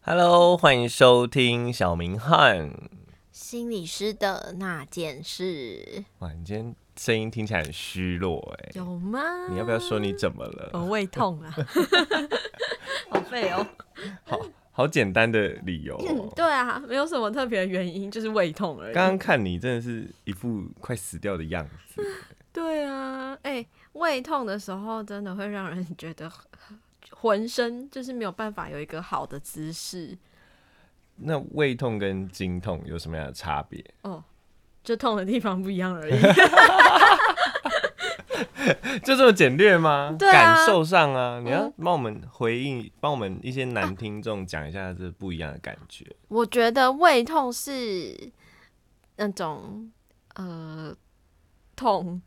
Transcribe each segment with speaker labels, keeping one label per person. Speaker 1: Hello，欢迎收听小明汉。
Speaker 2: 心理师的那件事
Speaker 1: 哇，你今天声音听起来很虚弱哎、
Speaker 2: 有吗？
Speaker 1: 你要不要说你怎么了？
Speaker 2: 我胃 痛啊，好废哦。
Speaker 1: 好好简单的理由、哦。
Speaker 2: 对啊，没有什么特别的原因，就是胃痛而已。
Speaker 1: 刚刚看你真的是一副快死掉的样子，
Speaker 2: 对啊，哎、胃痛的时候真的会让人觉得浑身就是没有办法有一个好的姿势，
Speaker 1: 那胃痛跟经痛有什么样的差别？
Speaker 2: 哦就痛的地方不一 样而已。
Speaker 1: 就这么简略吗？
Speaker 2: 对啊嗯
Speaker 1: 感受上啊，你要帮我们回应，帮我们一些男听众讲一下这不一样的感觉。
Speaker 2: 我觉得胃痛是那种呃痛，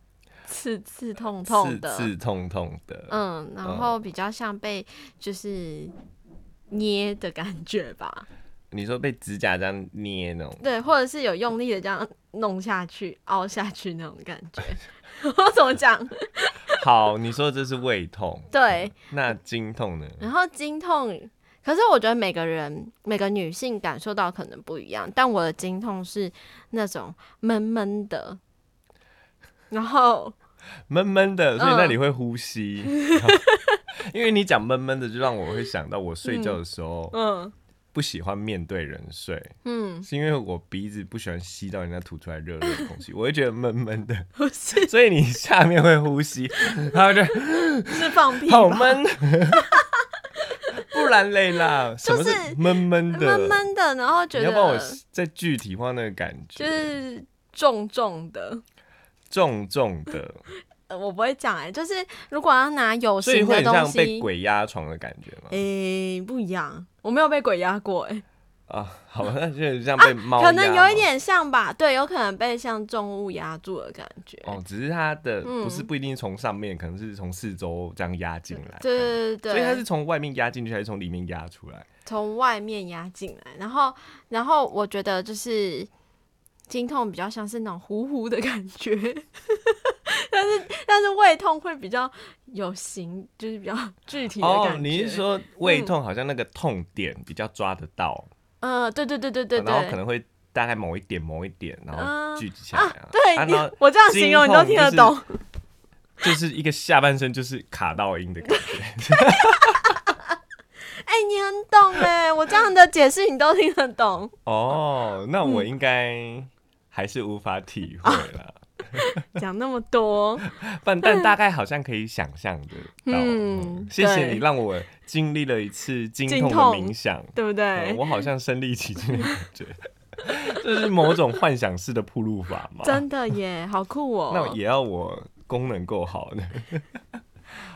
Speaker 2: 刺刺痛痛
Speaker 1: 刺
Speaker 2: 的，
Speaker 1: 刺痛痛的，
Speaker 2: 嗯，
Speaker 1: 嗯
Speaker 2: 然后比较像被就是捏的感觉吧，
Speaker 1: 你说被指甲这样捏那种，
Speaker 2: 对，或者是有用力的这样弄下去、凹下去那种感觉。 我怎么讲？
Speaker 1: 好，你说这是胃痛，
Speaker 2: 对，
Speaker 1: 那经痛呢？
Speaker 2: 然后经痛，可是我觉得每个人每个女性感受到可能不一样，但我的经痛是那种闷闷的，然后
Speaker 1: 闷闷的，所以
Speaker 2: 嗯
Speaker 1: 那里会呼 吸。因为你讲闷闷的，就让我会想到我睡觉的时候
Speaker 2: 嗯
Speaker 1: 不喜欢面对人睡，
Speaker 2: 嗯，
Speaker 1: 是因为我鼻子不喜欢吸到人家吐出来热热的空气，我会觉得闷闷的，
Speaker 2: 不是
Speaker 1: 所以你下面会呼吸，然后 就是
Speaker 2: 放屁吧，
Speaker 1: 好 闷。不然累啦，什么
Speaker 2: 就是
Speaker 1: 是闷闷的？
Speaker 2: 闷闷的，然后觉
Speaker 1: 你
Speaker 2: 得
Speaker 1: 要帮我再具体化那个感觉，
Speaker 2: 就是重重的。
Speaker 1: 重重的，
Speaker 2: 呃，我不会讲哎、就是如果要拿有
Speaker 1: 所以
Speaker 2: 形
Speaker 1: 会
Speaker 2: 的
Speaker 1: 很
Speaker 2: 东
Speaker 1: 像
Speaker 2: 西，
Speaker 1: 被鬼压床的感觉吗？
Speaker 2: 诶、不一样，我没有被鬼压过哎、
Speaker 1: 啊，好， 那就是像被猫、哦压
Speaker 2: 啊可能有
Speaker 1: 嘛
Speaker 2: 一点像吧，对，有可能被像重物压住的感觉。
Speaker 1: 哦，只是它的
Speaker 2: 嗯
Speaker 1: 不是不一定从上面，可能是从四周这样压进来。
Speaker 2: 对对对
Speaker 1: 所以它是
Speaker 2: 对，
Speaker 1: 从外面压进去，还是从里面压出来？
Speaker 2: 从外面压进来，然后然后我觉得就是经痛比较像是那种糊糊的感觉， 但是但是胃痛会比较有形，就是比较具体的感觉。
Speaker 1: 哦，你是说胃痛好像那个痛点比较抓得到，
Speaker 2: 呃，对对对对对对，
Speaker 1: 哦然后可能会大概某一点某一点，然后
Speaker 2: 啊
Speaker 1: 聚集起来啊。
Speaker 2: 对、
Speaker 1: 啊
Speaker 2: 你
Speaker 1: 然后
Speaker 2: 我这样形容你都
Speaker 1: 经痛
Speaker 2: 听得
Speaker 1: 就是
Speaker 2: 懂。
Speaker 1: 就是一个下半身就是卡到音的感觉。
Speaker 2: 哎、你很懂哎，我这样的解释你都听得懂。
Speaker 1: 哦，那我应该还是无法体会啦，
Speaker 2: 讲那么多，
Speaker 1: 但但大概好像可以想象得到。
Speaker 2: 嗯
Speaker 1: 嗯，谢谢
Speaker 2: 对
Speaker 1: 你让我经历了一次经
Speaker 2: 经
Speaker 1: 痛的
Speaker 2: 痛
Speaker 1: 冥想。
Speaker 2: 对不
Speaker 1: 嗯
Speaker 2: 对？
Speaker 1: 我好像身临其境的感觉， 这是某种幻想式的铺路法嘛？
Speaker 2: 真的耶，好酷哦！
Speaker 1: 那也要我功能够好的。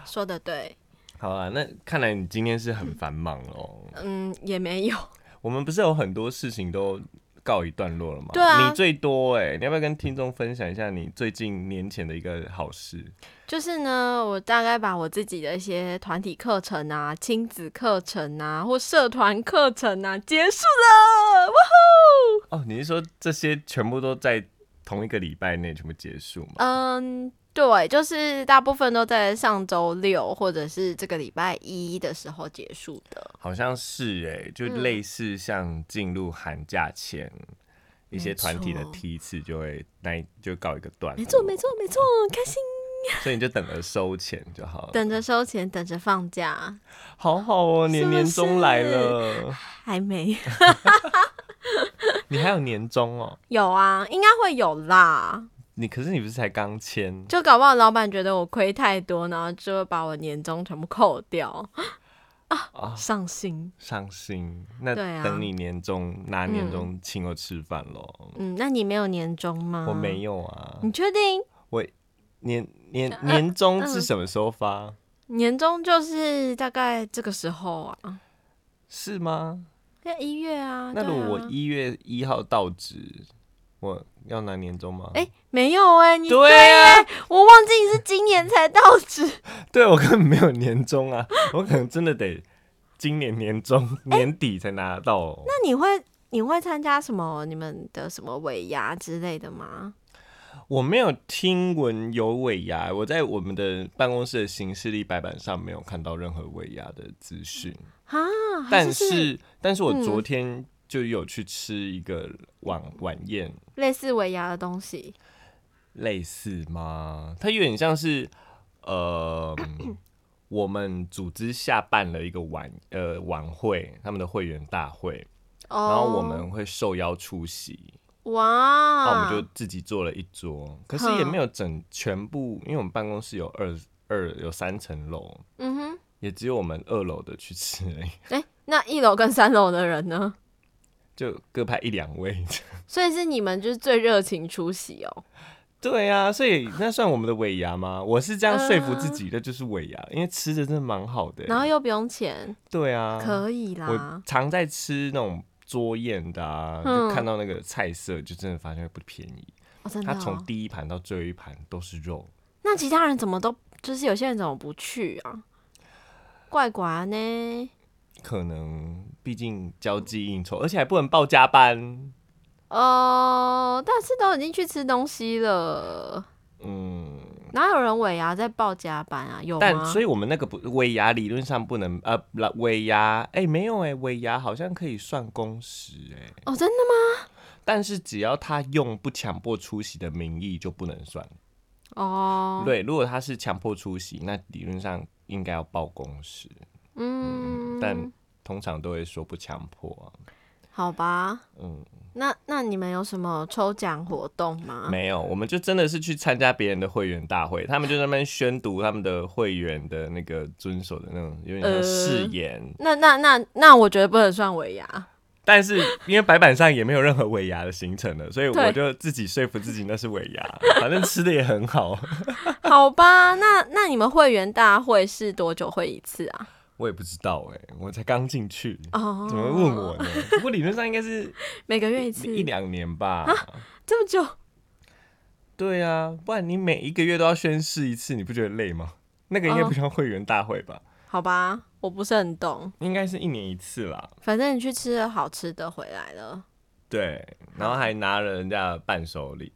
Speaker 2: 说的对，
Speaker 1: 好啊，那看来你今天是很繁忙哦。
Speaker 2: 嗯，也没有。
Speaker 1: 我们不是有很多事情都告一段落了吗？
Speaker 2: 对啊
Speaker 1: 你最多哎、你要不要跟听众分享一下你最近年前的一个好事？
Speaker 2: 就是呢，我大概把我自己的一些团体课程啊、亲子课程啊或社团课程啊结束了，哇呼！
Speaker 1: 哦，你是说这些全部都在同一个礼拜内全部结束吗？
Speaker 2: 嗯，对，就是大部分都在上周六或者是这个礼拜一的时候结束的。
Speaker 1: 好像是哎、就
Speaker 2: 嗯
Speaker 1: 类似像进入寒假前，一些
Speaker 2: 没
Speaker 1: 团体的
Speaker 2: 错
Speaker 1: 梯次就会那一就告一个段落，
Speaker 2: 没错，没，错，没错，开心。
Speaker 1: 所以你就等着收钱就好了。
Speaker 2: 等着收钱，等着放假，
Speaker 1: 好好哦，
Speaker 2: 是
Speaker 1: 年
Speaker 2: 不
Speaker 1: 年终来
Speaker 2: 是
Speaker 1: 了，
Speaker 2: 还没
Speaker 1: 你还有年终哦。
Speaker 2: 有啊，应该会有啦。
Speaker 1: 你可是你不是才刚签
Speaker 2: 就搞不好老板觉得我亏太多，然后就会把我年终全部扣掉，
Speaker 1: 啊？
Speaker 2: 上心。
Speaker 1: 伤心，那
Speaker 2: 对啊
Speaker 1: 等你年终拿年
Speaker 2: 嗯
Speaker 1: 终请我吃饭喽。
Speaker 2: 嗯，那你没有年终吗？
Speaker 1: 我没。有啊，
Speaker 2: 你确定？
Speaker 1: 我年年年终是
Speaker 2: 嗯
Speaker 1: 什么时候发？
Speaker 2: 年终就是大概这个时候啊，
Speaker 1: 是吗？
Speaker 2: 要一月啊。
Speaker 1: 那如果我
Speaker 2: 对啊
Speaker 1: 一月一号到职，我要拿年终吗？
Speaker 2: 哎、没有哎、你
Speaker 1: 对啊
Speaker 2: 哎、我忘记你是今年才到职。
Speaker 1: 对我根本没有年终啊， 我可能真的得今年年终、年底才拿到哦、
Speaker 2: 那你会你会参加什么你们的什么尾牙之类的吗？
Speaker 1: 我没有听闻有尾牙，我在我们的办公室的行事历白板上没有看到任何尾牙的资讯。
Speaker 2: 啊，还
Speaker 1: 但
Speaker 2: 是
Speaker 1: 是，但是我昨天就有去吃一个晚晚宴，
Speaker 2: 类似尾牙的东西，
Speaker 1: 类似吗？它有点像是，呃，我们组织下办了一个晚呃晚会，他们的会员大会，
Speaker 2: 哦、
Speaker 1: 然后我们会受邀出席，
Speaker 2: 哇，
Speaker 1: 那、我们就自己做了一桌，可是也没有整全部，因为我们办公室有二二有三层楼，
Speaker 2: 嗯哼，
Speaker 1: 也只有我们二楼的去吃而已，
Speaker 2: 哎、那一楼跟三楼的人呢？
Speaker 1: 就各派一两位。
Speaker 2: 所以是你们就是最热情出席哦。
Speaker 1: 对啊，所以那算我们的尾牙吗？我是这样说服自己，那、就是尾牙，因为吃的真的蛮好的、
Speaker 2: 嗯
Speaker 1: 欸
Speaker 2: 然后又不用钱，
Speaker 1: 对啊，
Speaker 2: 可以啦
Speaker 1: 我。常在吃那种桌宴的啊，
Speaker 2: 嗯
Speaker 1: 就看到那个菜色，就真的发现不便宜。
Speaker 2: 哦，真的、
Speaker 1: 它从
Speaker 2: 哦。
Speaker 1: 第一盘到最后一盘都是肉，
Speaker 2: 那其他人怎么都就是有些人怎么不去啊？怪怪呢？
Speaker 1: 可能毕竟交际应酬，而且还不能报加班。
Speaker 2: 哦，但是都已经去吃东西了，
Speaker 1: 嗯，
Speaker 2: 哪有人尾牙在报加班啊？有
Speaker 1: 但
Speaker 2: 吗
Speaker 1: 所？以我们那个不尾牙理论上不能呃，不啦尾牙哎、没有哎、尾牙好像可以算工时哎、
Speaker 2: 哦，真的吗？
Speaker 1: 但是只要他用不强迫出席的名义就不能算。
Speaker 2: 哦，
Speaker 1: 对，如果他是强迫出席，那理论上应该要报工时，
Speaker 2: 嗯，
Speaker 1: 但通常都会说不强迫啊。
Speaker 2: 好吧。
Speaker 1: 嗯，
Speaker 2: 那那你们有什么抽奖活动吗？
Speaker 1: 没有，我们就真的是去参加别人的会员大会，他们就在那边宣读他们的会员的那个遵守的那种，有点
Speaker 2: 呃
Speaker 1: 像誓言。
Speaker 2: 那那那那，我觉得不能算尾牙。
Speaker 1: 但是因为白板上也没有任何尾牙的行程了，所以
Speaker 2: 对
Speaker 1: 我就自己说服自己那是尾牙，反正吃的也很好。
Speaker 2: 好吧，那那你们会员大会是多久会一次啊？
Speaker 1: 我也不知道哎、我才刚进去，
Speaker 2: 哦，
Speaker 1: 怎么会问我呢？ 不过理论上应该是
Speaker 2: 每个月一次，
Speaker 1: 一两年吧。
Speaker 2: 这么久？
Speaker 1: 对啊，不然你每一个月都要宣誓一次，你不觉得累吗？那个应该不像会员大会吧？
Speaker 2: 好吧，我不是很懂。
Speaker 1: 应该是一年一次啦。
Speaker 2: 反正你去吃了好吃的回来了，
Speaker 1: 对，然后还拿了人家的伴手礼，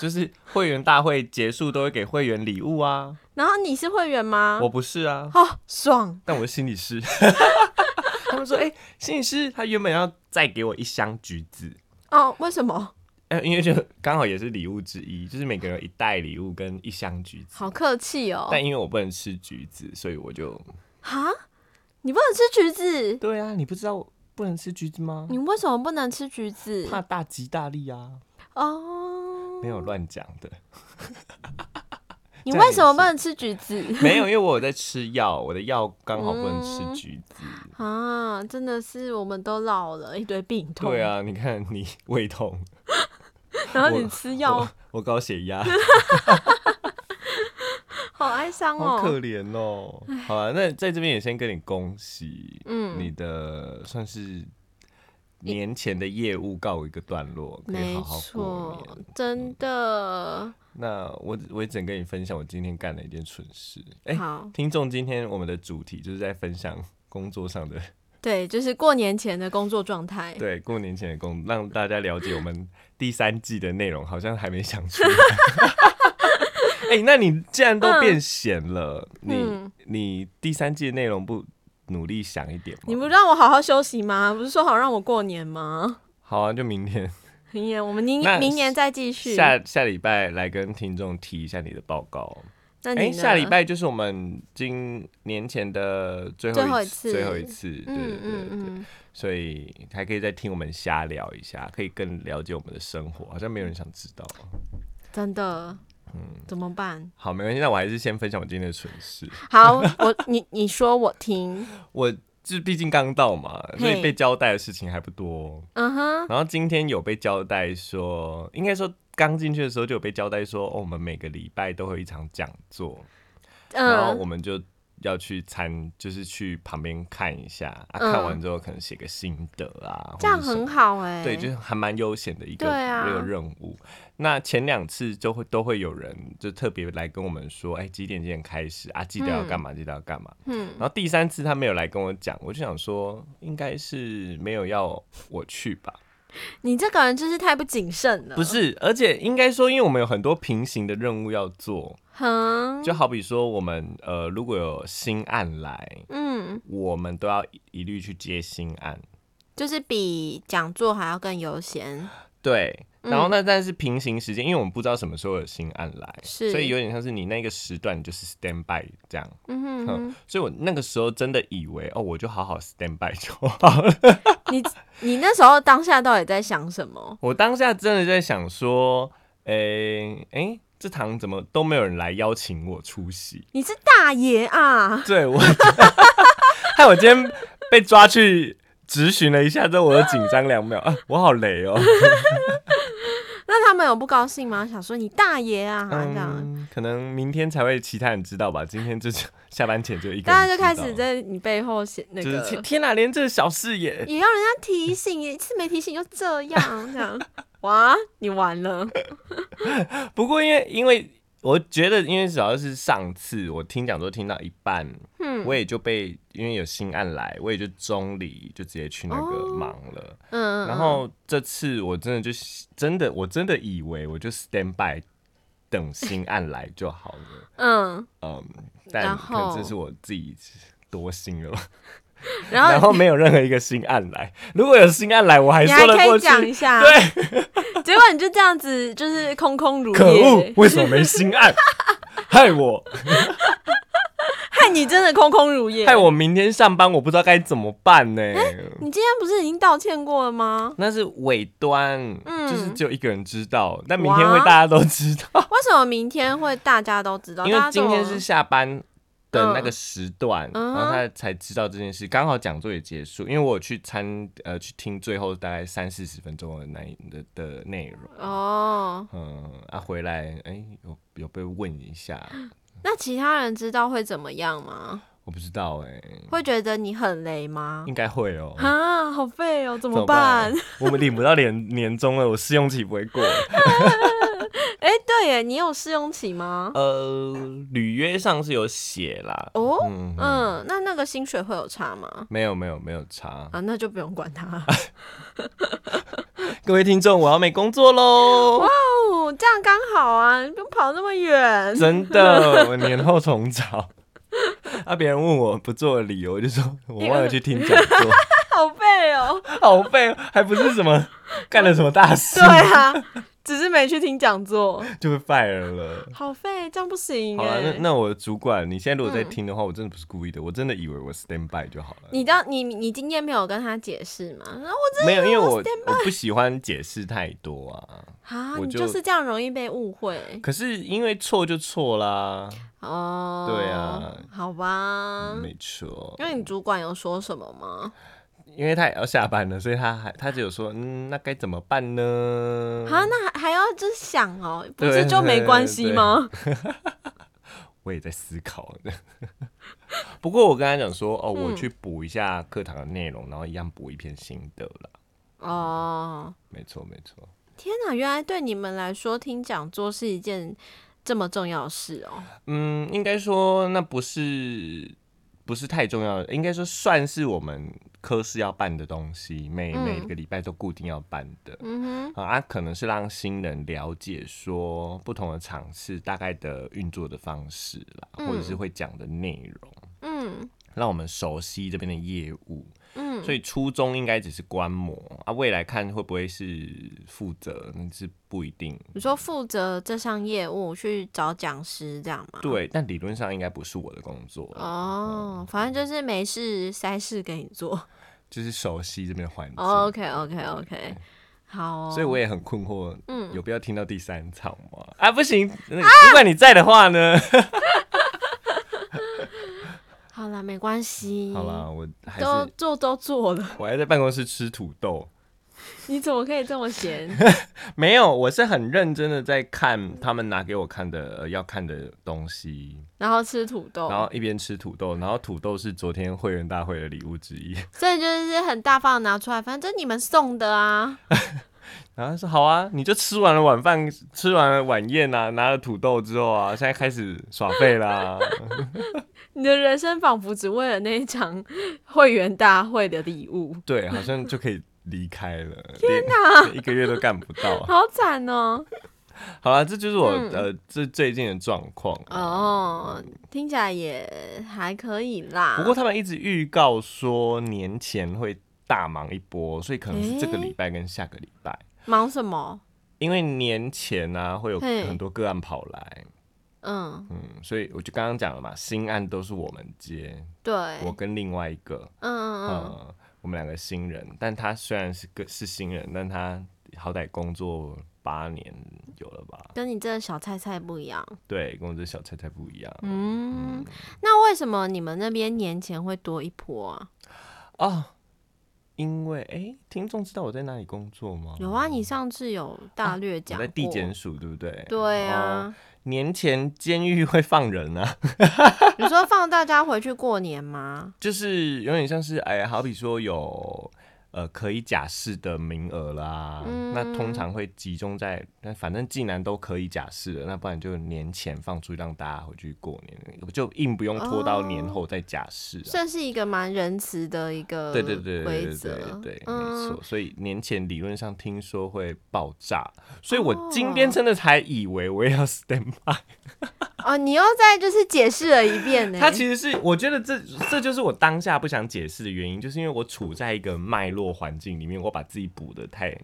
Speaker 1: 就是会员大会结束都会给会员礼物啊。
Speaker 2: 然后你是会员吗？
Speaker 1: 我不是啊，
Speaker 2: 哦，爽！
Speaker 1: 但我是心理师。 他们说，哎、心理师他原本要再给我一箱橘子，
Speaker 2: 哦，为什么？
Speaker 1: 哎、因为就刚好也是礼物之一，就是每个人有一袋礼物跟一箱橘子。
Speaker 2: 好客气哦。
Speaker 1: 但因为我不能吃橘子，所以我就
Speaker 2: 哈，你不能吃橘子，
Speaker 1: 对啊，你不知道我不能吃橘子吗？
Speaker 2: 你为什么不能吃橘子？
Speaker 1: 怕大吉大利啊！
Speaker 2: 哦，
Speaker 1: 没有乱讲的，
Speaker 2: 你
Speaker 1: 这样
Speaker 2: 为
Speaker 1: 也
Speaker 2: 什么
Speaker 1: 是
Speaker 2: 不能吃橘子？
Speaker 1: 没有，因为我有在吃药，我的药刚好不能吃橘子。
Speaker 2: 啊，真的是我们都老了，一堆病 痛。
Speaker 1: 对，啊，你看你胃痛，
Speaker 2: 然后
Speaker 1: 我
Speaker 2: 你吃药
Speaker 1: 我，我高血压，
Speaker 2: 好哀伤
Speaker 1: 好
Speaker 2: 哦。
Speaker 1: 可怜哦。好啊，那在这边也先跟你恭喜，
Speaker 2: 嗯
Speaker 1: 你的算是年前的业务告一个段落，可以
Speaker 2: 没
Speaker 1: 哦好好过
Speaker 2: 错
Speaker 1: 年。，
Speaker 2: 真的、
Speaker 1: 那我我也只能跟你分享我今天干了一件蠢事。哎、
Speaker 2: 好。
Speaker 1: 听众，今天我们的主题就是在分享工作上的
Speaker 2: 对，就是过年前的工作状态。
Speaker 1: 对，过年前的工，让大家了解我 们第三季的内容，好像还没想出来。 哎、那你既然都变闲了，
Speaker 2: 嗯
Speaker 1: 你你第三季的内容不努力想一点
Speaker 2: 你
Speaker 1: 吗？
Speaker 2: 不让我好好休息吗？不是说好让我过年吗？
Speaker 1: 好啊，就明天
Speaker 2: 明年我们明
Speaker 1: 那
Speaker 2: 明年再继续。
Speaker 1: 下下礼拜来跟听众提一下你的报告。
Speaker 2: 那你
Speaker 1: 哎、
Speaker 2: 呢
Speaker 1: 下礼拜就是我们今年前的最
Speaker 2: 最后
Speaker 1: 后
Speaker 2: 一
Speaker 1: 一
Speaker 2: 次
Speaker 1: 最后一次，对对
Speaker 2: 嗯
Speaker 1: 对
Speaker 2: 嗯嗯，
Speaker 1: 所以还可以再听我们瞎聊一下，可以更了解我们的生活。好像没有人想知道。
Speaker 2: 真的，
Speaker 1: 嗯
Speaker 2: 怎么办？
Speaker 1: 好，没关系，那我还是先分享我今天的蠢事。
Speaker 2: 好，我你你说我听，
Speaker 1: 我就是毕竟刚到嘛，所
Speaker 2: 嘿
Speaker 1: 以被交代的事情还不多。
Speaker 2: 嗯哼，
Speaker 1: 然后今天有被交代说，应该说刚进去的时候就有被交代说，哦，我们每个礼拜都会有一场讲座，然后我
Speaker 2: 嗯，
Speaker 1: 们就要去参，就是去旁边看一下啊，
Speaker 2: 嗯
Speaker 1: 看完之后可能写个心得啊，
Speaker 2: 这样
Speaker 1: 或者什么
Speaker 2: 很好哎、
Speaker 1: 对，就是还蛮悠闲的一个
Speaker 2: 对啊
Speaker 1: 一个任务。那前两次就会都会有人就特别来跟我们说，哎、几点几点开始啊？记得要干嘛？记得要干嘛？嗯。
Speaker 2: 嗯
Speaker 1: 然后第三次他没有来跟我讲，我就想说，应该是没有要我去吧。
Speaker 2: 你这个人就是太不谨慎了。
Speaker 1: 不，是，而且应该说，因为我们有很多平行的任务要做，
Speaker 2: 哼，
Speaker 1: 就好比说我们呃如果有新案来，
Speaker 2: 嗯，
Speaker 1: 我们都要一律去接新案。
Speaker 2: 就是比讲座还要更悠闲。
Speaker 1: 对，
Speaker 2: 嗯
Speaker 1: 然后那但是平行时间，因为我们不知道什么时候有新案来，
Speaker 2: 是
Speaker 1: 所以有点像是你那个时段你就是 stand by 这样。
Speaker 2: 嗯
Speaker 1: 哼
Speaker 2: 哼哼，
Speaker 1: 所以我那个时候真的以为哦，我就好好 stand by 就好了。
Speaker 2: 你 你那时候当下到底在想什么？
Speaker 1: 我当下真的在想说，诶、诶、这堂怎么都没有人来邀请我出席？
Speaker 2: 你是大爷啊！
Speaker 1: 对我， 害我今天被抓去质询了一下之后，我又紧张两秒啊，我好累 哦。
Speaker 2: 那他们有不高兴吗？想说你大爷啊，这样。
Speaker 1: 嗯，可能明天才会其他人知道吧，今天就是 下班前就一个人知道，
Speaker 2: 大家就开始在你背后写那
Speaker 1: 就是
Speaker 2: 个，
Speaker 1: 天天哪，连这个小事也
Speaker 2: 也让人家提醒，一次没提醒就这样，这样，哇，你完了，
Speaker 1: 不过因为因为我觉得，因为主要是上次我听讲座听到一半，
Speaker 2: 嗯
Speaker 1: 我也就被因为有新案来，我也就中离，就直接去那个
Speaker 2: 哦
Speaker 1: 忙了。
Speaker 2: 嗯，
Speaker 1: 然后这次我真的就真的我真的以为我就 stand by 等新案来就好了，
Speaker 2: 嗯，
Speaker 1: 嗯，但
Speaker 2: 然
Speaker 1: 可能这
Speaker 2: 后
Speaker 1: 是我自己多心了吧。
Speaker 2: 然后
Speaker 1: 然后没有任何一个新案来，如果有新案来，我还
Speaker 2: 你还
Speaker 1: 说得
Speaker 2: 可
Speaker 1: 过
Speaker 2: 以
Speaker 1: 去。
Speaker 2: 讲一下，
Speaker 1: 对，
Speaker 2: 结果你就这样子，就是空空如
Speaker 1: 可恶
Speaker 2: 也，，
Speaker 1: 为什么没新案？害我，
Speaker 2: 害你真的空空如也，
Speaker 1: 害我明天上班我不知道该怎么办呢、
Speaker 2: 你今天不是已经道歉过了吗？
Speaker 1: 那是尾端，
Speaker 2: 嗯
Speaker 1: 就是只有一个人知道，但明天会大家都知道，
Speaker 2: 为什么明天会大家都知道？
Speaker 1: 啊因
Speaker 2: 大
Speaker 1: 为
Speaker 2: 家
Speaker 1: 今
Speaker 2: 怎么
Speaker 1: 天是下班的那个
Speaker 2: 嗯
Speaker 1: 时段，
Speaker 2: 嗯哼
Speaker 1: 然后他才知道这件事。刚好讲座也结束，因为我有去参呃去听最后大概三四十分钟的那一的的内容。
Speaker 2: 哦，
Speaker 1: 嗯，啊，回来，哎、有有被问一下，
Speaker 2: 那其他人知道会怎么样吗？
Speaker 1: 我不知道哎、
Speaker 2: 会觉得你很雷吗？
Speaker 1: 应该会哦、
Speaker 2: 啊，好废哦，怎
Speaker 1: 怎
Speaker 2: 么办？？
Speaker 1: 我们领不到年年终了，我试用期不会过。
Speaker 2: 哎、对耶，你有试用期吗？
Speaker 1: 呃，履约上是有写啦。
Speaker 2: 哦，
Speaker 1: 嗯，
Speaker 2: 嗯，那那个薪水会有差吗？
Speaker 1: 没有没有没有差。
Speaker 2: 啊，那就不用管 它。
Speaker 1: 各位听众，我要没工作喽！
Speaker 2: 哦，这样刚好啊，你不用跑那么 远。
Speaker 1: 真的，我年后重找。 啊！别人问我不做的理由，我就说我忘了去听讲座，
Speaker 2: 好背哦。
Speaker 1: 好废哦，还不是什么干了什么大事
Speaker 2: 对，啊，只是没去听讲座，
Speaker 1: 就被 fire 了。
Speaker 2: 好废，这样不行
Speaker 1: 好了，
Speaker 2: 哎、
Speaker 1: 那那我的主管，你现在如果在听的话，我真的不是故意的，我真的以为嗯我 stand by 就好了。
Speaker 2: 你当你你今天没有跟他解释吗？然后我
Speaker 1: 没有，因为我我不喜欢解释太多啊。
Speaker 2: 啊，
Speaker 1: 我
Speaker 2: 你
Speaker 1: 就
Speaker 2: 就是这样容易被误会
Speaker 1: 可是因为错就错啦，
Speaker 2: 哦。
Speaker 1: 对啊，嗯
Speaker 2: 好吧。
Speaker 1: 没错。
Speaker 2: 那你主管有说什么吗？
Speaker 1: 因为他也要下班了，所以他还他只有说，嗯，那该怎么办呢？
Speaker 2: 啊，那还还要就是想哦，不
Speaker 1: 嗯对
Speaker 2: 是就没关系 吗？
Speaker 1: 我也在思考。 不过我跟他讲说，哦，我去补一下课堂的内容，然后一样补一篇心得啦。
Speaker 2: 哦，
Speaker 1: 没错，没错。
Speaker 2: 天哪，原来对你们来说听讲座是一件这么重要的事哦。
Speaker 1: 嗯，应该说那不是不是太重要的，应该说算是我们科室要办的东西，每、
Speaker 2: 嗯
Speaker 1: 每个礼拜都固定要办的。
Speaker 2: 嗯哼，
Speaker 1: 啊，可能是让新人了解说不同的场次大概的运作的方式啦，或者是会讲的内容，
Speaker 2: 嗯
Speaker 1: 让我们熟悉这边的业务。
Speaker 2: 嗯，
Speaker 1: 所以初衷应该只是观摩啊，未来看会不会是负责，那是不一定。
Speaker 2: 你说负责这项业务去找讲师这样吗？
Speaker 1: 对，啊但理论上应该不是我的工作，
Speaker 2: 哦，反正就是没事塞事给你做。
Speaker 1: 就是熟悉这边的环境。
Speaker 2: 哦 OK OK OK，好哦。
Speaker 1: 所以我也很困惑，
Speaker 2: 嗯
Speaker 1: 有必要听到第三场吗？啊，不行，那个主管你在的话呢？
Speaker 2: 嗯好啦，没关系。
Speaker 1: 好啦，，我还是
Speaker 2: 都做都做了，
Speaker 1: 我还在办公室吃土豆。
Speaker 2: 你怎么可以这么 闲？
Speaker 1: 没有，我是很认真的在看他们拿给我看的、呃、要看的东西，
Speaker 2: 然后吃土豆，
Speaker 1: 然后一边吃土豆，然后土豆是昨天会员大会的礼物之一。
Speaker 2: 所以就是很大方地拿出来，反正你们送的啊。
Speaker 1: 然后他说好啊，你就吃完了晚饭，吃完了晚宴啊，拿了土豆之后啊，现在开始耍废 啦。
Speaker 2: 你的人生仿佛只为了那一场会员大会的礼物。
Speaker 1: 对，好像就可以离开了，天哪，连一个月都干不到。
Speaker 2: 好惨哦！
Speaker 1: 好了，这就是我、呃这最近的状况。
Speaker 2: 哦，听起来也还可以啦。
Speaker 1: 不过他们一直预告说年前会大忙一波，所以可能是这个礼拜跟下个礼拜，
Speaker 2: 忙什么？
Speaker 1: 因为年前啊会有
Speaker 2: 嘿
Speaker 1: 很多个案跑来，
Speaker 2: 嗯，
Speaker 1: 嗯，所以我就刚刚讲了嘛，新案都是我们接，
Speaker 2: 对，
Speaker 1: 我
Speaker 2: 嗯
Speaker 1: 跟另外一个，
Speaker 2: 嗯嗯，
Speaker 1: 嗯，我们两个新人，但他虽然是个是新人，但他好歹工作八年有了吧？
Speaker 2: 跟你这个小菜菜不一样。
Speaker 1: 对，跟我这小菜菜不一样。
Speaker 2: 嗯，那为什么你们那边年前会多一波啊？
Speaker 1: 哦，因为哎、诶听众知道我在哪里工作吗？
Speaker 2: 有啊，你上次有大略
Speaker 1: 我
Speaker 2: 讲过。
Speaker 1: 在地检署，对不对？
Speaker 2: 对
Speaker 1: 哦。
Speaker 2: 啊，
Speaker 1: 年前监狱会放人啊，
Speaker 2: 你说放大家回去过年吗？
Speaker 1: 就是有点像是哎，好比说有。呃，可以假释的名额啦，
Speaker 2: 嗯
Speaker 1: 那通常会集中在，那反正既然都可以假释了，那不然就年前放出让大家回去过年，就硬不用拖到年后再假释、啊。
Speaker 2: 算是一个蛮仁慈的一个
Speaker 1: 对对对对
Speaker 2: 规
Speaker 1: 对
Speaker 2: 则
Speaker 1: 对对，对，没
Speaker 2: 嗯
Speaker 1: 错。所以年前理论上听说会爆炸，所以我今天真的才以为我也要 stand by。
Speaker 2: 哦，你又再就是解释了一遍呢。
Speaker 1: 它 其实是我觉得这这就是我当下不想解释的原因，就是因为我处在一个脉络环境里面，我把自己补的太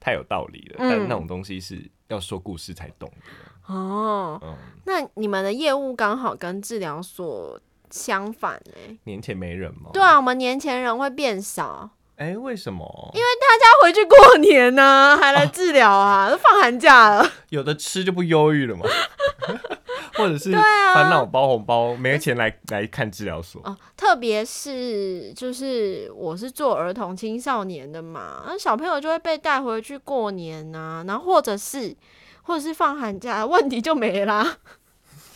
Speaker 1: 太有道理了。
Speaker 2: 嗯
Speaker 1: 但那种东西是要说故事才懂的，
Speaker 2: 哦，
Speaker 1: 嗯。
Speaker 2: 那你们的业务刚好跟治疗所相反呢。
Speaker 1: 年前没人吗？
Speaker 2: 对啊，我们年前人会变少，
Speaker 1: 哎、为什么？因为
Speaker 2: 他回去过年呢、还来治疗啊，都放寒假了。
Speaker 1: 有的吃就不忧郁了嘛， 或者是
Speaker 2: 对啊嗯
Speaker 1: 烦恼包红包，没钱来来看治疗所。
Speaker 2: 哦，特别是就是我是做儿童青少年的嘛，那小朋友就会被带回去过年呐、然后或者是或者是放寒假，问题就没啦。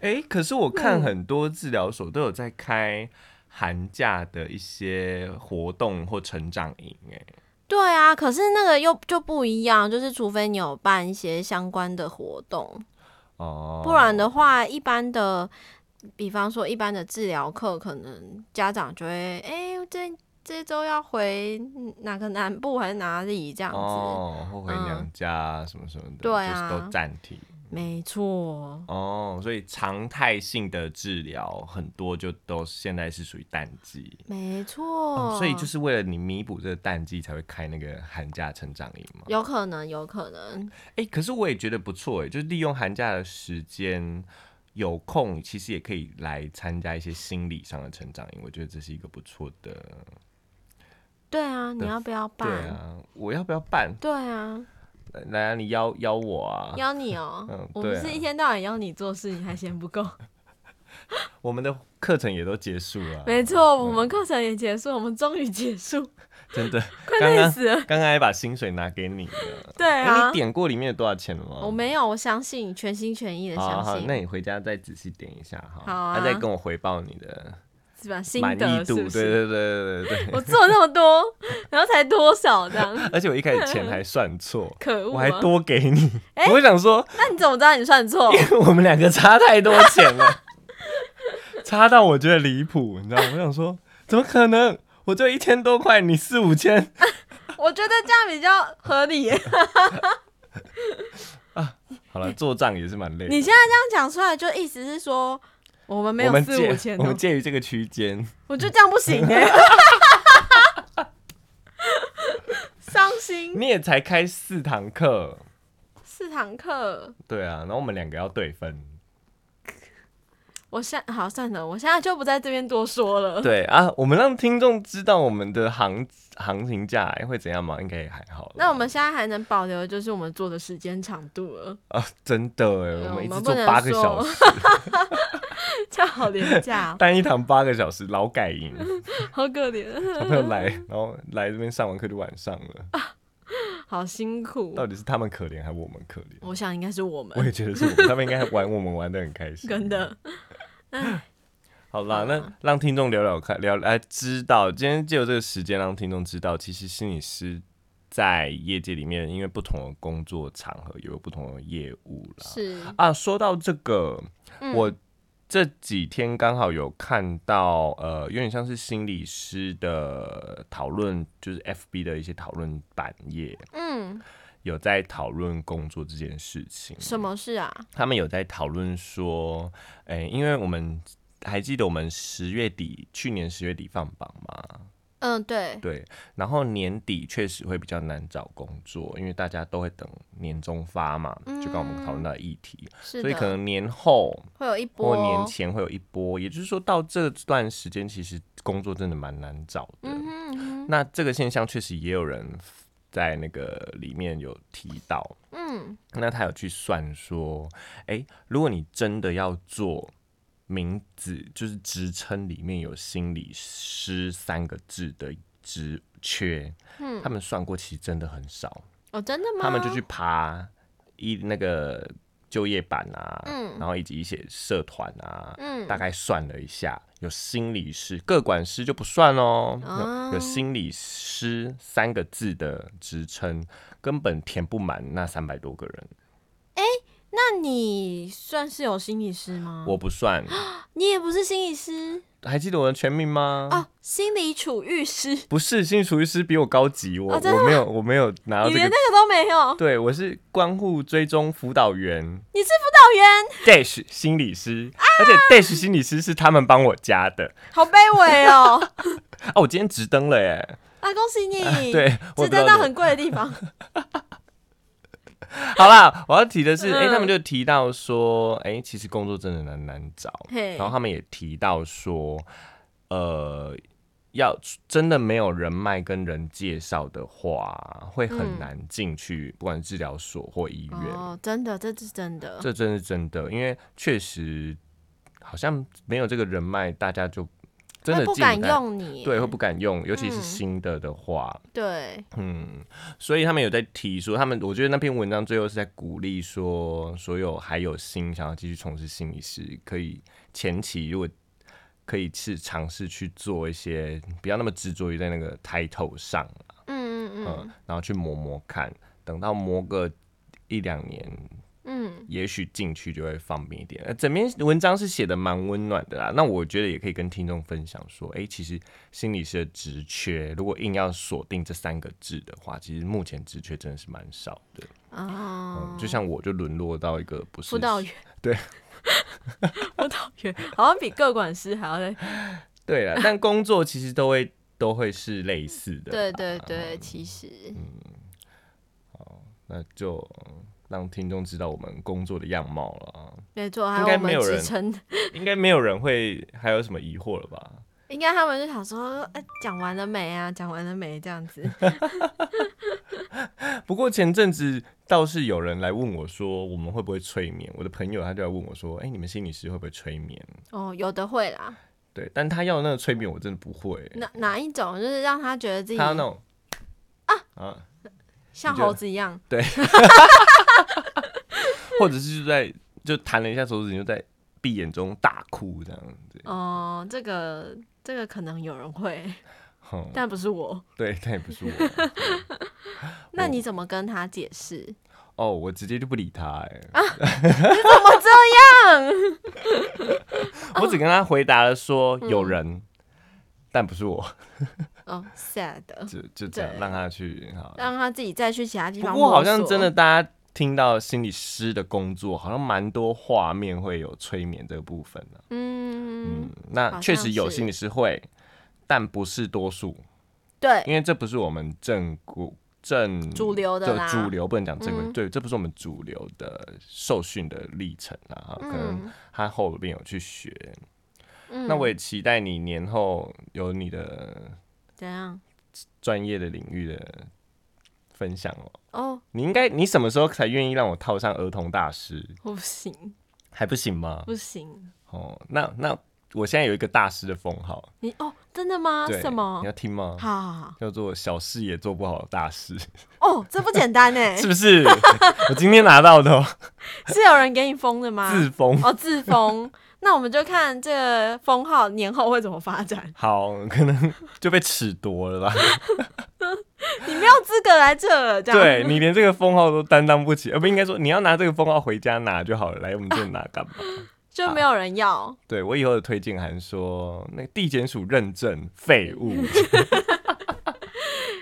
Speaker 1: 哎、可是我看
Speaker 2: 嗯
Speaker 1: 很多治疗所都有在开寒假的一些活动或成长营、哎，
Speaker 2: 对啊，可是那个又就不一样，就是除非你有办一些相关的活动，
Speaker 1: 哦，
Speaker 2: 不然的话，一般的，比方说一般的治疗课，可能家长就会，哎、这这周要回哪个南部还是哪里这样子，
Speaker 1: 哦，或回
Speaker 2: 嗯
Speaker 1: 娘家什么什么的，
Speaker 2: 对
Speaker 1: 就是
Speaker 2: 啊
Speaker 1: 都暂停。
Speaker 2: 没错。
Speaker 1: 哦，所以常态性的治疗很多就都现在是属于淡季。
Speaker 2: 没错、
Speaker 1: 哦，所以就是为了你弥补这个淡季，才会开那个寒假成长营嘛。
Speaker 2: 有可能，有可能，
Speaker 1: 哎、可是我也觉得不错哎，就是利用寒假的时间有空，其实也可以来参加一些心理上的成长营，我觉得这是一个不错的。
Speaker 2: 对啊，你
Speaker 1: 对
Speaker 2: 要不要
Speaker 1: 对
Speaker 2: 办？
Speaker 1: 啊，我要不要办？
Speaker 2: 对啊，
Speaker 1: 来啊，你邀邀我啊！
Speaker 2: 邀你哦、
Speaker 1: 嗯
Speaker 2: 我
Speaker 1: 对
Speaker 2: 们
Speaker 1: 啊
Speaker 2: 是一天到晚邀你做事，你还嫌不够？
Speaker 1: 我们的课程也都结束了，啊
Speaker 2: 没，错，
Speaker 1: 嗯
Speaker 2: 我们课程也结束，我们终于结束，
Speaker 1: 真的，
Speaker 2: 快
Speaker 1: 刚
Speaker 2: 累
Speaker 1: 刚
Speaker 2: 死了。
Speaker 1: 刚刚还把薪水拿给你了。
Speaker 2: 对
Speaker 1: 哎、
Speaker 2: 啊
Speaker 1: 你，点过里面有多少钱了吗？
Speaker 2: 我没有，我相信，全心全意的
Speaker 1: 好好
Speaker 2: 相
Speaker 1: 好，
Speaker 2: 信，
Speaker 1: 那你回家再仔细点一下哈，
Speaker 2: 好啊
Speaker 1: 他再跟我回报你的
Speaker 2: 是吧？心
Speaker 1: 满意
Speaker 2: 得是
Speaker 1: 度，
Speaker 2: 不
Speaker 1: 对对对
Speaker 2: 是？
Speaker 1: 对对 对。
Speaker 2: 我做那么多，然后才多少 这样？，
Speaker 1: 而且我一开始钱还算错
Speaker 2: 可恶、
Speaker 1: 我
Speaker 2: 啊！
Speaker 1: 还多给你， 我想说，
Speaker 2: 那你怎么知道你算错？
Speaker 1: 我们两个差太多钱了， 差到我觉得离谱，你知道吗？我想说，怎么可能？我就一千多块，你四五千，
Speaker 2: 我觉得这样比较合理耶。
Speaker 1: 好了，做账也是蛮累的。
Speaker 2: 你现在这样讲出来，就意思是说我们没
Speaker 1: 我
Speaker 2: 有
Speaker 1: 们
Speaker 2: 四
Speaker 1: 介
Speaker 2: 五千
Speaker 1: 我
Speaker 2: 哦、
Speaker 1: 们介于这个区间，
Speaker 2: 我觉得这样不 行哎、伤心。
Speaker 1: 你也才开四堂课，
Speaker 2: 四堂课，
Speaker 1: 对啊，然后我们两个要对分，
Speaker 2: 我现好算了，我现在就不在这边多说了。
Speaker 1: 对啊，我们让听众知道我们的行行情价会怎样嘛，应该也还好啦。
Speaker 2: 那我们现在还能保留的就是我们做的时间长度了，
Speaker 1: 啊，真的哎，
Speaker 2: 嗯
Speaker 1: 我们一
Speaker 2: 我
Speaker 1: 次
Speaker 2: 们
Speaker 1: 做
Speaker 2: 不能
Speaker 1: 八个
Speaker 2: 说
Speaker 1: 小 时，
Speaker 2: 这样好廉价哦、
Speaker 1: 单一堂八个小时，劳改 营。
Speaker 2: 好可怜，
Speaker 1: 小朋友来，然后来这边上完课就晚上了。
Speaker 2: 好辛苦
Speaker 1: 到。底是他们可怜还是我们可怜？
Speaker 2: 我想应该是我
Speaker 1: 我
Speaker 2: 们
Speaker 1: 也觉得是我们，他们应该玩我们玩的很开心。
Speaker 2: 真的，
Speaker 1: 好啦，那让听众聊聊看，聊来知道，今天借由这个时间让听众知道，其实心理师在业界里面，因为不同的工作场合有不同的业务啦。
Speaker 2: 是
Speaker 1: 啊，说到这个，
Speaker 2: 嗯
Speaker 1: 我这几天刚好有看到，呃，有点像是心理师的讨论，就是 FB 的一些讨论版页
Speaker 2: 嗯，
Speaker 1: 有在讨论工作这件事情。
Speaker 2: 什么事啊？
Speaker 1: 他们有在讨论说，哎、因为我们还记得我们十月底去年十月底放榜嘛，
Speaker 2: 嗯，对，
Speaker 1: 对，然后年底确实会比较难找工作，因为大家都会等年终发嘛，就刚我们讨论到的议题，
Speaker 2: 嗯是
Speaker 1: 所以可
Speaker 2: 的，
Speaker 1: 能年后
Speaker 2: 会有一
Speaker 1: 或
Speaker 2: 波
Speaker 1: 年前会有一波，也就是说到这段时间，其实工作真的蛮难找的。
Speaker 2: 嗯哼嗯
Speaker 1: 那这个现象确实也有人在那个里面有提到，
Speaker 2: 哼嗯，
Speaker 1: 那他有去算说，诶，如果你真的要做名字，就是职称里面有心理师三个字的职缺，他们算过，其实真的很少，
Speaker 2: 哦，真的嗯吗？
Speaker 1: 他们就去爬一那个就业版啊，
Speaker 2: 嗯
Speaker 1: 然后以及一些社团啊，
Speaker 2: 嗯
Speaker 1: 大概算了一下，有心理师、各管师就不算哦，
Speaker 2: 哦
Speaker 1: 有有心理师三个字的职称，根本填不满那三百多个人。
Speaker 2: 那你算是有心理师吗？
Speaker 1: 我不算，
Speaker 2: 你也不是心理师
Speaker 1: 还记得我的全名吗？
Speaker 2: 哦，心理处遇师，
Speaker 1: 不是，新厨师比我高级，我、
Speaker 2: 哦真的
Speaker 1: 我没有我没有拿到
Speaker 2: 你
Speaker 1: 这
Speaker 2: 连
Speaker 1: 个，
Speaker 2: 那个都没有，
Speaker 1: 对我是关护追踪辅导员
Speaker 2: 你是辅导员，
Speaker 1: dash 心理师，而且 dash 心理师是他们帮我加的
Speaker 2: 好卑微哦！
Speaker 1: 啊，我今天直登了耶，
Speaker 2: 啊，恭喜 你，
Speaker 1: 对，我也不
Speaker 2: 只
Speaker 1: 知道
Speaker 2: 在
Speaker 1: 怎
Speaker 2: 到
Speaker 1: 么
Speaker 2: 很贵的地 方，
Speaker 1: 好啦，我要提的是，哎、
Speaker 2: 嗯
Speaker 1: 他们就提到说，哎、其实工作真的难难找，
Speaker 2: 嘿
Speaker 1: 然后他们也提到说，呃，要真的没有人脉跟人介绍的话，会很
Speaker 2: 嗯
Speaker 1: 难进去，不管是治疗所或医院，
Speaker 2: 哦，真的，这是真的，
Speaker 1: 这真是真的，因为确实好像没有这个人脉，大家就真的
Speaker 2: 会不
Speaker 1: 进太
Speaker 2: 敢，用你，
Speaker 1: 对，会不敢用，尤其是
Speaker 2: 嗯
Speaker 1: 新的的话，
Speaker 2: 对，
Speaker 1: 嗯，所以他们有在提说，他们我觉得那篇文章最后是在鼓励说，所有还有心想要继续从事心理师，可以前期如果可以去尝试去做一些，不要那么执着于在那个 title 上，
Speaker 2: 嗯
Speaker 1: 嗯，
Speaker 2: 嗯
Speaker 1: 然后去磨磨看，等到磨个一两年，
Speaker 2: 嗯
Speaker 1: 也许进去就会方便一点。呃，整篇文章是写的蛮温暖的啦，那我觉得也可以跟听众分享说，诶，其实心理师的职缺，如果硬要锁定这三个字的话，其实目前职缺真的是蛮少的。
Speaker 2: 嗯，哦
Speaker 1: 嗯，，就像我就沦落到一个不是
Speaker 2: 辅导员，
Speaker 1: 对，
Speaker 2: 辅导员好像比各管师还要累，
Speaker 1: 对 了，但工作其实都会都会是类似的。
Speaker 2: 对对对，其实
Speaker 1: 嗯那就嗯让听众知道我们工作的样貌了啊。
Speaker 2: 没错，还
Speaker 1: 应
Speaker 2: 有
Speaker 1: 该
Speaker 2: 我
Speaker 1: 没
Speaker 2: 们
Speaker 1: 有人
Speaker 2: 职称，
Speaker 1: 应该没有人会还有什么疑惑了吧？
Speaker 2: 应该他们就想说，哎，讲完了没啊？讲完了没？这样子，
Speaker 1: 不过前阵子倒是有人来问我说，我们会不会催眠？我的朋友他就来问我说，哎、你们心理师会不会催眠？
Speaker 2: 哦，有的会啦，
Speaker 1: 对，但他要的那个催眠，我真的不会、
Speaker 2: 哪哪一种就是让他觉得自己
Speaker 1: 他要那种啊啊，
Speaker 2: 像
Speaker 1: 你觉得
Speaker 2: 猴子一样，
Speaker 1: 或者是就在就弹了一下手指，你就在闭眼中大哭 这样子。
Speaker 2: 哦，这个这个可能有人会，
Speaker 1: 嗯哼、
Speaker 2: 但不是我。
Speaker 1: 对，但也不是 我
Speaker 2: 那你怎么跟他解释？
Speaker 1: 哦，我直接就不理他、哎、
Speaker 2: 啊怎么这
Speaker 1: 我只跟他回答了说
Speaker 2: 哦
Speaker 1: 有人，但不是我，
Speaker 2: 样？哦，sad，
Speaker 1: 就就这样
Speaker 2: 对
Speaker 1: 让他去好。
Speaker 2: 让他自己再去其他地
Speaker 1: 不
Speaker 2: 方。
Speaker 1: 过好像真的，，大家听到心理师的工作，好像蛮多画面会有催眠这个部分的、
Speaker 2: 嗯
Speaker 1: 嗯，，那
Speaker 2: 好
Speaker 1: 确
Speaker 2: 像
Speaker 1: 实有
Speaker 2: 是
Speaker 1: 心理师会，但不是多数，
Speaker 2: 对，
Speaker 1: 因为这不是我们正骨正
Speaker 2: 主流的
Speaker 1: 这
Speaker 2: 啦
Speaker 1: 主流不能讲正规，
Speaker 2: 嗯
Speaker 1: 对，这不是我们主流的受训的历程啊，可能
Speaker 2: 嗯
Speaker 1: 他后面有去学。
Speaker 2: 嗯
Speaker 1: 那我也期待你年后有你的
Speaker 2: 怎样？
Speaker 1: 专业的领域的分享哦。
Speaker 2: 哦，
Speaker 1: 你应该，你什么时候才愿意让我套上儿童大师？
Speaker 2: 不行，
Speaker 1: 还不行吗？
Speaker 2: 不行，
Speaker 1: 哦，那那我现在有一个大师的封号，
Speaker 2: 你哦，真的吗？
Speaker 1: 对，
Speaker 2: 什么
Speaker 1: 你要？听吗？
Speaker 2: 好好好，
Speaker 1: 叫做小事也做不好的大师，
Speaker 2: 哦，这不 简单哎，
Speaker 1: 是不是？我今天拿到的哦
Speaker 2: 是有人给你封的吗？
Speaker 1: 自封。
Speaker 2: 哦，自封。那我们就看这个封号年后会怎么发展。
Speaker 1: 好，可能就被褫夺了吧？
Speaker 2: 你没有资格来这了，这样
Speaker 1: 对你 连这个封号都担当不起，呃，不应该说你要拿这个封号回家拿就好了，来我们这拿干嘛？
Speaker 2: 就没有人要。
Speaker 1: 对我以后的推荐函说，那个地检署认证废 物，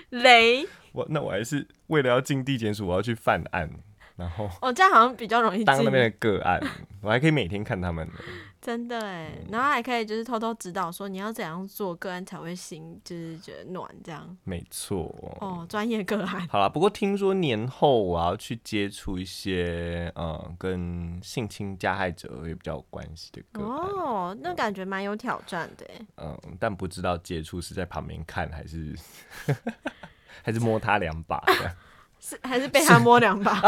Speaker 2: 雷，
Speaker 1: 我那我还是为了要进地检署，我要去犯案，然后
Speaker 2: 哦，这样好像比较容易进。
Speaker 1: 当那边的个案，我还可以每天看他们呢。
Speaker 2: 真的哎，然后还可以就是偷偷指导说你要怎样做个案才会心，就是觉得暖这样。
Speaker 1: 没错，
Speaker 2: 哦，专业个案，
Speaker 1: 好啦，不过听说年后我要去接触一些，呃，跟性侵加害者也比较有关系的个案，
Speaker 2: 哦，那感觉蛮有挑战的哎。
Speaker 1: 嗯、但不知道接触是在旁边看还是 还是摸他两把这样。
Speaker 2: 是还是被他摸两把，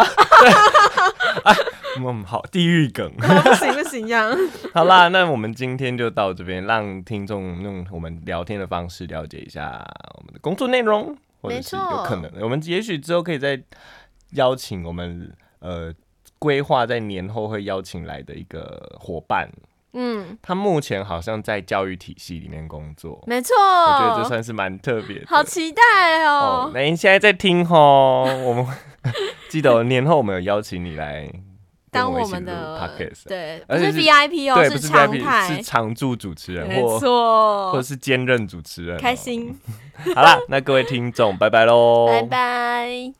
Speaker 1: 嗯，好，地狱梗。
Speaker 2: 不行不行这样。
Speaker 1: 好啦，那我们今天就到这边，让听众用我们聊天的方式了解一下我们的工作内容，或者是
Speaker 2: 没错
Speaker 1: 有可能，我们也许之后可以再邀请我们呃规划在年后会邀请来的一个伙伴，
Speaker 2: 嗯，
Speaker 1: 他目前好像在教育体系里面工作，
Speaker 2: 没错，
Speaker 1: 我觉得这算是蛮特别的。
Speaker 2: 哦好期待
Speaker 1: 哦，
Speaker 2: 哦。
Speaker 1: 那你现在在听吼，我们记得哦年后我们有邀请你来跟
Speaker 2: 当
Speaker 1: 一
Speaker 2: 我
Speaker 1: 起
Speaker 2: 们
Speaker 1: 录
Speaker 2: 的
Speaker 1: podcast，
Speaker 2: 对，不
Speaker 1: 而且
Speaker 2: 是
Speaker 1: 是
Speaker 2: VIP 哦，
Speaker 1: 对，不是
Speaker 2: 常
Speaker 1: VIP，
Speaker 2: 态
Speaker 1: 是，常驻主持人
Speaker 2: 没
Speaker 1: 或或者
Speaker 2: 错，
Speaker 1: 是兼任主持人、哦
Speaker 2: 开。心，
Speaker 1: 哦好啦，那各位听众，拜拜喽，
Speaker 2: 拜拜。